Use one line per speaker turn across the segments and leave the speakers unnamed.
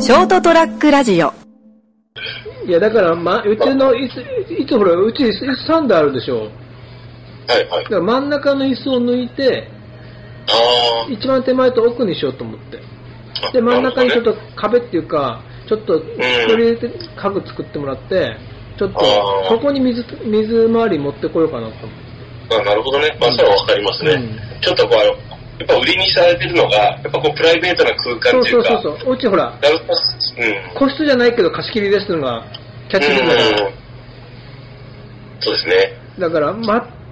ショートトラックラジオ
いや、だから、ま、うちの椅子、いつほら、うち椅子3台あるでしょ。
はいはい
だ。から真ん中の椅子を抜いて、
あ
一番手前と奥にしようと思って。
あ。
で、真ん中にちょっと
なる
壁っていうか、ちょっと取り入れて家具作ってもらって、ちょっと
あー
そこに水、水回り持ってこようかなと思って。
ほどね。あなるほどね。まあ、それはわかりますね。
う
ちょっとこう、あのやっぱ売りにされてるのが、やっぱこう、プライベートな空
そ
間っ
う
てい
そうう
か、
そうそう。うちほら、
なるほど。うん。
個室じゃないけど貸し切りですっていうのがキャッチフレーズだから。
うん。そうですね。
だから、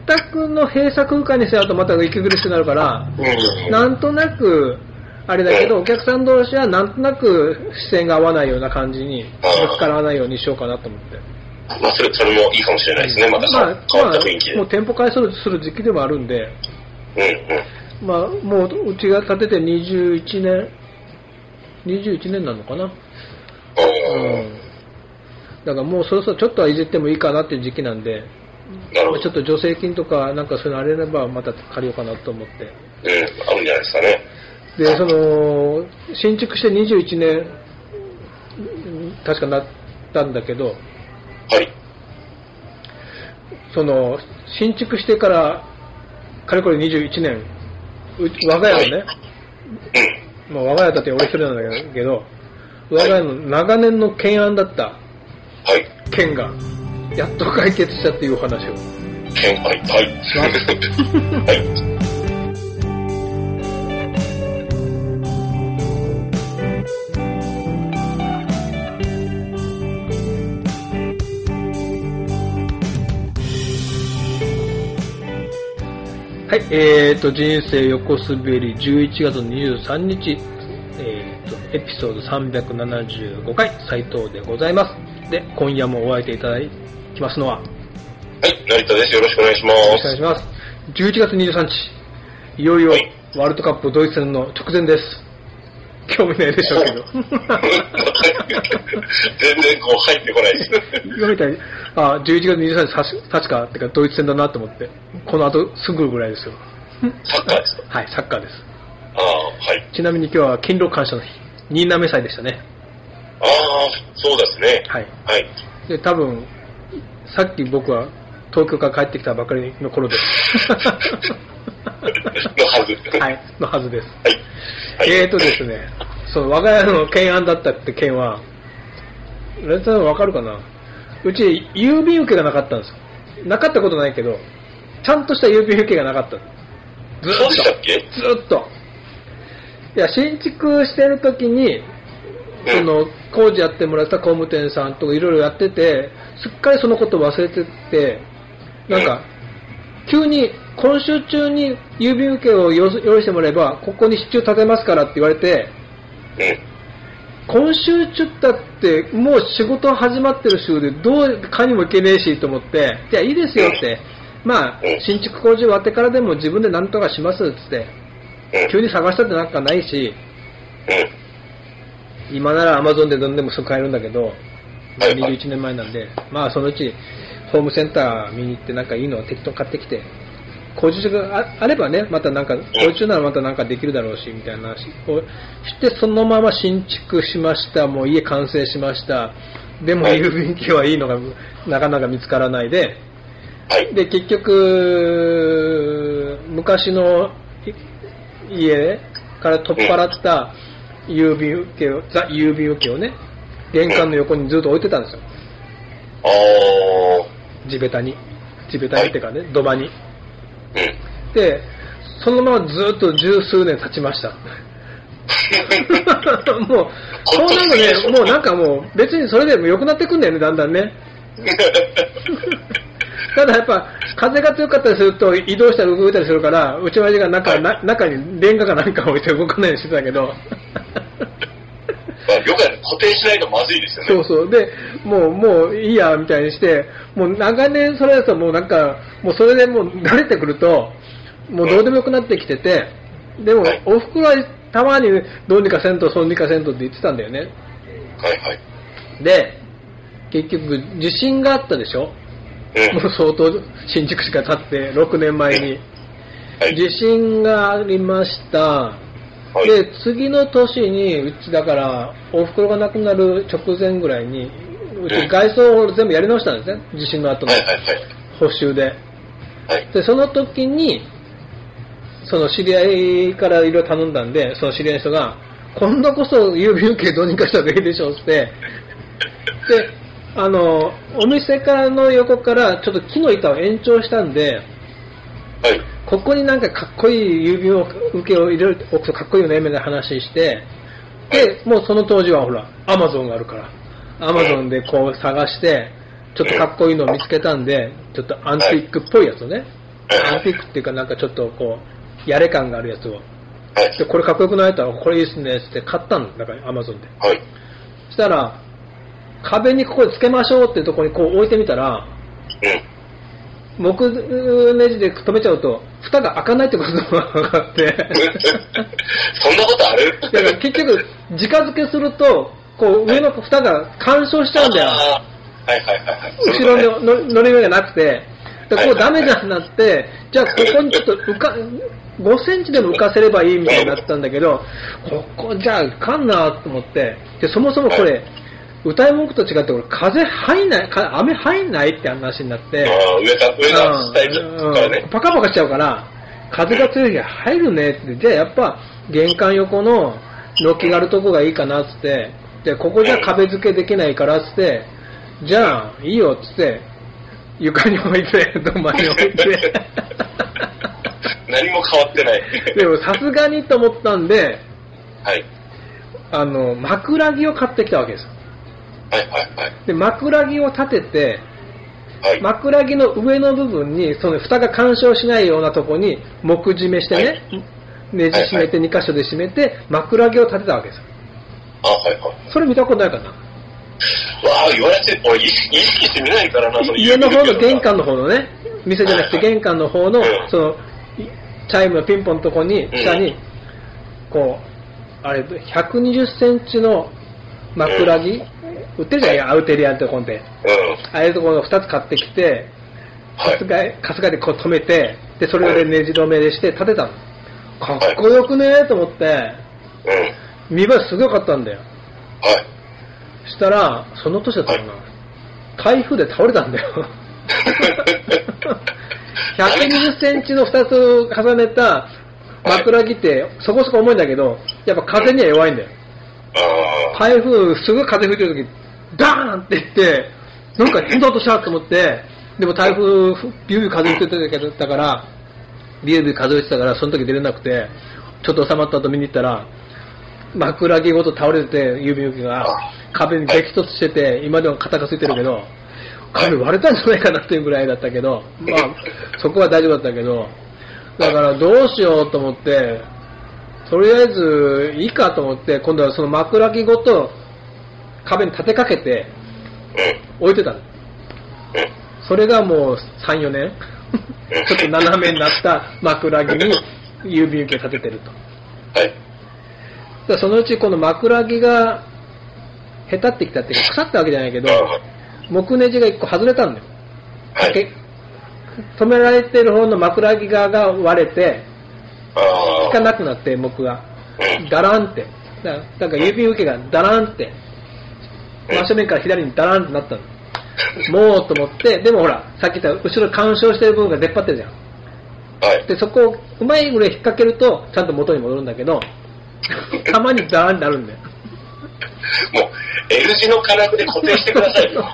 全くの閉鎖空間にせようとまた息苦しくなるから、
うん。
なんとなく、あれだけど、
うん
お客さん同士はなんとなく視線が合わないような感じに、
あー
ぶつからないようにしようかなと思って。
まあ、それ、それもいいかもしれないですね。また変
ま
わ
あ、
変わった雰囲気で。
まあもう店舗改装する時期でもあるんで、
うん、うん。
まあ、もううちが建てて21年、21年なのかな。
おー
だからもうそろそろちょっとはいじってもいいかなっていう時期なんで、
なる
ま
ほ
あちょ
ど
っ。と助成金とかなんかそういうのあれればまた借りようかなと思って。
うん、あるんじゃないですかね。
で、その、新築して21年、うん確かなったんだけど、
はい。
その、新築してから、かれこれ21年、う我が家のね、
うん。
まあ、我が家だって俺一人なんだけど、我が家の長年の懸案だった
はい。
件が、やっと解決したっていうお話を。
はい、 はい、はい。はい。
はい、えーと、人生横滑り11月23日、えーと、エピソード375回、斉藤でございます。で、今夜もお会いいただきますのは、よ
はい、成田です。よろしくお願いしま
ろしくお願い
す。
します。11月23日、いよいよ
はい
ワールドカップドイツ戦の直前です。興味ないでしょうけど。
全然こう入ってこないです。
今みたいに、あ、11月23日、確確か、てかドイツ戦だなと思って、この後すぐぐらいですよ。
サッカーですか
はい、サッカーです。
ああ、はい。
ちなみに今日は勤労感謝の日、新滑祭でしたね。
ああ、そうですね。
はい。
はい。
で、多分、さっき僕は東京から帰ってきたばかりの頃です。
のはず。
は
はい。
い、のはずです。
はい。
えーとですね、その我が家の懸案だったって件は、レッドさんわかるかなうち郵便受けがなかったんですよ。なかったことないけど、ちゃんとした郵便受けがなかった。ず
そうでしたっけ
ーっと。ずーっと。いや、新築してる時に、その工事やってもらった工務店さんとかいろいろやってて、すっかりそのこと忘れてて、なんか、急に今週中に郵便受けを用用意してもらえば、ここに支柱立てますからって言われて、
うん。
今週中だって、もう仕事始まってる週で、どうかにもいけねえしと思って、じゃあいいですよって、まあ
うん、
新築工事終わってからでも自分で何とかしますっつって、
うん。
急に探したってなんかないし、
うん。
今なら Amazon で何でもすぐ買えるんだけど、まあ
はいはい
21年前なんで、まあそのうちホームセンター見に行ってなんかいいのを適当に買ってきて、工事中がああればね、またなんか、工事中ならまたなんかできるだろうし、みたいな話をして、そのまま新築しました、もう家完成しました、でも
はい
郵便機はいいのがなかなか見つからないで、
はい。
で、結局、昔のい家から取っ払った郵便受けを、ザ・郵便受けをね、玄関の横にずっと置いてたんですよ。
ああ、
地べたに。地べたにっていうかね、土間に。
うん。
で、そのままずっと十数年経ちました。もう、そうなるとね、もうなんかもう、別にそれでも良くなってくんだよね、だんだんね。 ただやっぱ、風が強かったりすると、移動したり動いたりするから、うちの親父が中,、な中にレンガか何か置いて動かないようにしてたけ ど、
まあ、よく固定しないとまずいですよね。
そうそう、で、もう、もういいや、みたいにして、もう長年それだと、もうなんか、もうそれでもう慣れてくると、もうどうでもよくなってきてて、でも
はい、
おふくろはたまにどうにかせんと、そうにかせんとって言ってたんだよね。
はいはい。
で、結局、地震があったでしょ
うん
も。う相当新築しか経って、6年前に。
はい。
地震がありました。
はい。
で、次の年に、うちだから、お袋が亡くなる直前ぐらいに、うち外装を全部やり直したんですね。地震の後の
はいはいはい。
補修で。
はい。
で、その時に、その知り合いからいろいろ頼んだんで、その知り合いの人が、今度こそ郵便受けどうにかした方がいいでしょう って、で、あの、お店からの横からちょっと木の板を延長したんで、
はい。
ここになんかかっこいい郵便受けを入れるおくとかっこいいよね、みたいな話して、で、もうその当時はほら、アマゾンがあるから、アマゾンでこう探して、ちょっとかっこいいのを見つけたんで、ちょっとアンティークっぽいやつをね、アンティークっていうかなんかちょっとこう、やれ感があるやつを。
はい。
で、これかっこよくないって言ったら、これいいっすねっつって買ったの、だからアマゾンで。
はい。
そしたら、壁にここでつけましょうっていうところにこう置いてみたら、
うん。
木ネジで止めちゃうと、蓋が開かないってことが分かって、
そんなことある
だから結局、直付けすると、こう上の蓋が干渉しちゃうんだよ。
あーはいはいはいはい。
後ろのの乗り上がなくて、で
はい
こうダメじゃんなって、じゃあここにちょっと浮か、5センチでも浮かせればいいみたいになったんだけど、ここじゃあ浮かんなと思って、で、そもそもこ
は
れ、歌い文句と違って、俺風入んない、か雨入んないって話になって、
あー上から、上から下へずっとから
うん
ね。
パカパカしちゃうから、風が強い日は入るねって、じゃあやっぱ玄関横の軒があるとこがいいかなっつって、で、ここじゃ壁付けできないからっつって、じゃあいいよっつって、床に置いて、土間に置いて。
何も変わっ てない。
でもさすがにと思ったんで、
はい。
あの、枕木を買ってきたわけですよ。
はいはいはい。
で、枕木を立てて、
はい。
枕木の上の部分に、その蓋が干渉しないようなとこに木締めしてね、
はい
ネジ締めて2箇所で締めて、枕木を立てたわけですよ。
あ、はいはい。
それ見たことないかな
わあ、言われて、俺意識意識して見ないからな、それ
家の方の玄関の方のね、店じゃなくて
はいはい
玄関の方の
うん、
その、いチャイムのピンポンのとこに、
ん
下に、こう、あれ、120センチの枕木、売ってるじゃんいや、アウテリアンってコンテ。
うん。
ああいうところの2つ買ってきて、
はい。
春日井春日井でこう止めて、で、それでネジ止めでして立てたの。かっこよくねーと思って、
うん。
見栄えすごかったんだよ。
はい。
したら、その年だったかな。台風で倒れたんだよ。120センチの2つを重ねた枕木ってそこそこ重いんだけど、やっぱ風には弱いんだよ。
あ
台風、すぐ風吹いてる時ダーンって言って、なんか変な音したと思って、でも台風、ビュービュー風吹いてたから、ビュービュー風吹いてたから、その時出れなくて、ちょっと収まった後見に行ったら、枕木ごと倒れてて、郵便受けが壁に激突してて、今でも肩がついてるけど、壁割れたんじゃないかなっていうぐらいだったけど、まあ、そこは大丈夫だったけど、だからどうしようと思って、とりあえずいいかと思って、今度はその枕木ごと壁に立てかけて
ーうん。
置いてたの。
うん。
それがもう3、4年、 ちょっと斜めになった枕木に郵便受け立ててると。
は
だ
い。
からそのうちこの枕木が下手ってきたっていうか腐ったわけじゃないけど、木ネジが1個外れたんだよ。
はい。はい
け止められてる方の枕木側が割れて、
あ
効か
ー
なくなって、木が。
う ん。
ダランって。だなんか指受けがダランって。真正面から左にダランってなったの。もうと思って、でもほら、さっき言った後ろ干渉してる部分が出っ張ってるじゃん。
はい。
で、そこをうまいぐらい引っ掛けると、ちゃんと元に戻るんだけど、たまにダランになるんだよ。
もう、L 字の金具で固定してください よ。も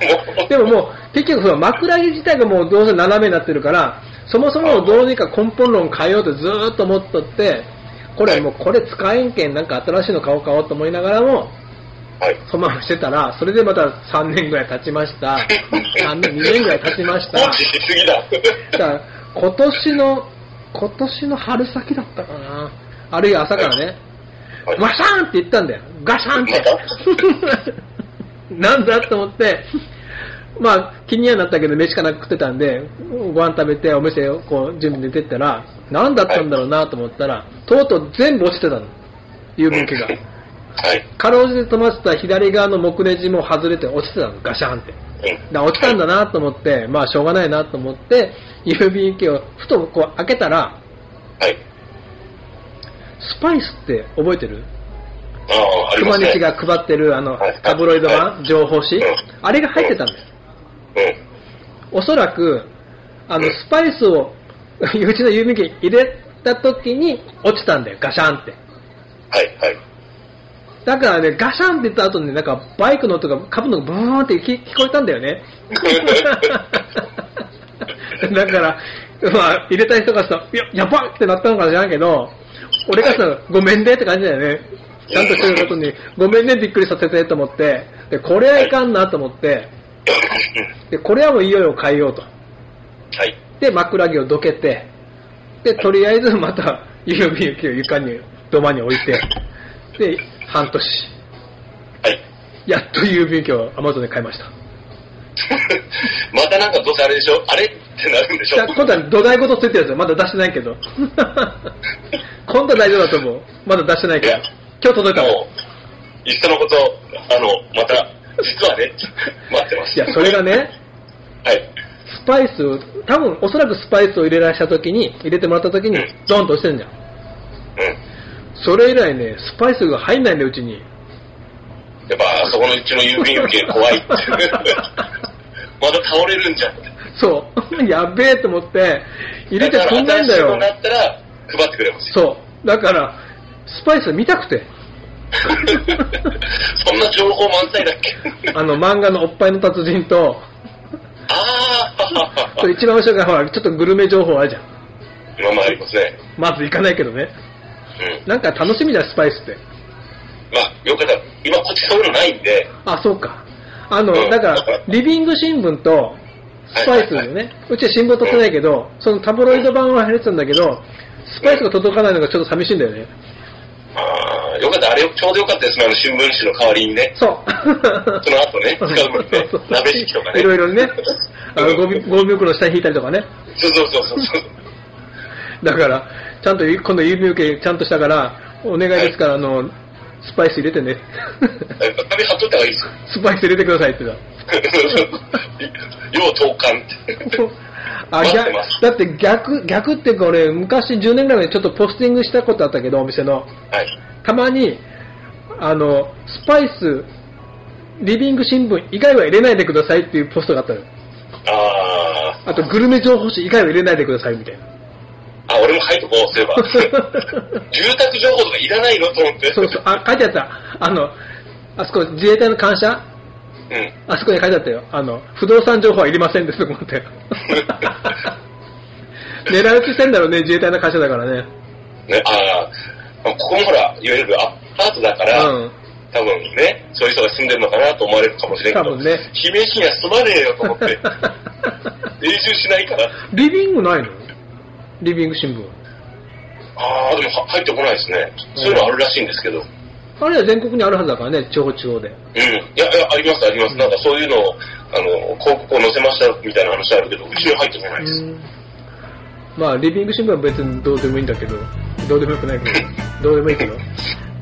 う。
でももう、結局その枕木自体がもうどうせ斜めになってるから、そもそもどうにか根本論変えようとずーっと思っとって、これもうこれ使えんけん、なんか新しいの買おう買おうと思いながらも、
はい。
そのまましてたら、それでまた3年ぐらい経ちま した。3年、2年ぐらい経ちました。
放置しすぎだ。
だから今年の、今年の春先だったかな。あるいは朝からね、
はい
ワシャーンって言ったんだよ。ガシャーンって。 なんだと思って、まあ気にはなったけど飯かなく食ってたんで、ご飯食べてお店をこう準備出てったら、なんだったんだろうなと思ったら、とうとう全部落ちてたの。郵便受けが。
はい。
かろうじて止まってた左側の木ネジも外れて落ちてたの、ガシャンって。
うん。
だ落ちたんだなと思って、まあしょうがないなと思って、郵便受けをふとこう開けたら、
はい。
スパイスって覚えてる
ああ、あり
熊
ますね。
西が配ってるあの
はい
タブロイド版、
は
情報誌、
うん
あれが入ってたんです。
うん。
おそらく、あの、
うん
スパイスを、うちの郵便局に入れた時に落ちたんだよ、ガシャンって。
はい、はい。
だからね、ガシャンって言った後にね、なんかバイクの音が、株のブーンって聞聞こえたんだよね。だから、まあ、入れた人がさ、いや、やばいってなったのかもしれないけど、俺がさ、ごめんねって感じだよね。ちゃんとしてることに、ごめんねびっくりさせてと思って、で、これはいかんなと思って、で、これはもういよいよ変えようと。
はい。
で、枕木をどけて、で、とりあえずまた、郵便受けを床に、土間に置いて、で、半年。
はい。
やっと郵便受けを Amazon で買いました。
またなんかどうせあれでしょあれってなるんでしょ
じゃあ今度は土台ごとついてるやつよまだ出してない けど。今度は大丈夫だと思う。まだ出してないから。
いや
今日届いたもん。
もう、いっそのこと、あの、また、実はね、待ってます。
いや、それが。ね、
はい。
スパイスを、多分おそらくスパイスを入れらした時に、入れてもらった時に
うん、
ドンと押してるんじゃん。
うん。
それ以来ね、スパイスが入んないんだよ、うちに。
やっぱ、あそこのうちの郵便受け怖いって。また倒れるんじゃんって。
そう。やべえと思って、入れてくんないんだ
か
よ
ら新しいの。なったら、配ってくれますよ。
そう。だから、スパイス見たくて。
そんな情報満載だっけ
あの、漫画のおっぱいの達人と、
ああ
これ一番後ろからほら、ちょっとグルメ情報あるじゃん。
今まあありますね。
まず行かないけどね。
うん。
なんか楽しみだよ、スパイスって。
まあ、よかった。今こっちそういうのないんで、
あ、そうか。あの
う、ん
だから、リビング新聞と、スパイスだよ
は
ね。うちは新聞取ってないけど、そのタブロイド版は入れてたんだけど、スパイスが届かないのがちょっと寂しいんだよね。
ああ、よかった。あれ、ちょうどよかったですね。あの、新聞紙の代わりにね。
そう。
その後ね、使う もんね。鍋敷きとかね。
いろいろ ね。あの、
うん
ゴミ、ゴミ袋の下に引いたりとかね。
そうそうそうそう。
だから、ちゃんと、今度郵便受けちゃんとしたから、お願いですから、あの、スパイス入れてね。
なんか、紙貼っといた方がいいですよ。
ス パイス入れてくださいってさ。
要投函って。
あ
待っ
逆
てます
だって逆逆っていうか俺昔10年ぐらい前にちょっとポスティングしたことあったけどお店の
はい。
たまにあのスパイスリビング新聞以外は入れないでくださいっていうポストがあったの
あ
あとグルメ情報誌以外は入れないでくださいみたい な
あ、あ、俺も書いとこう、そういえば。 住宅情報とかいらないのと思って。
そうそうあ書いてあったあのあそこ自衛隊の感謝
うん。
あそこに書いてあったよあの不動産情報はいりませんですとか思った よ狙い撃ちしてんだろうね自衛隊の会社だからね
ね、ああ、ここもほら、いわゆるアパートだから、
うん
多分ね、そういう人が住んでるのかなと思われるかもしれんけど、
多分ね
姫路には住まねえよと 思って、永住しないから、
リビングないのリビング新聞。
ああ、でもは入ってこないですね。そういうのあるらしいんですけど。うん。
あれは全国にあるはずだからね、地方地方で。
いや、いや、あります、あります。なんかそういうのを、あの、広告を載せましたみたいな話あるけど、うちには入ってこないです。
まあ、リビング新聞は別にどうでもいいんだけど、どうでもよくないけど、どうでもいいけど、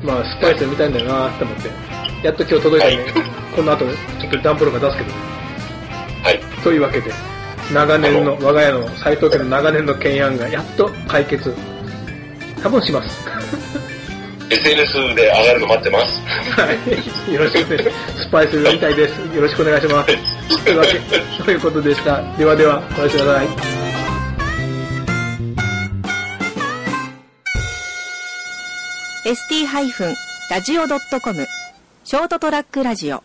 まあ、スパイス見たいんだよなと思って。やっと今日届いたね。
は
この後、ちょっと段ボールが出すけど。
はい。
というわけで、長年の、我が家の斎藤家の長年の懸案がやっと解決。多分します。
SNS で上がるの待ってます。
はい。よろしくね。スパイスみたいです。よろしくお願いします。というわけということでした。ではでは、お待ちください。
ST-radio.com ショートトラックラジオ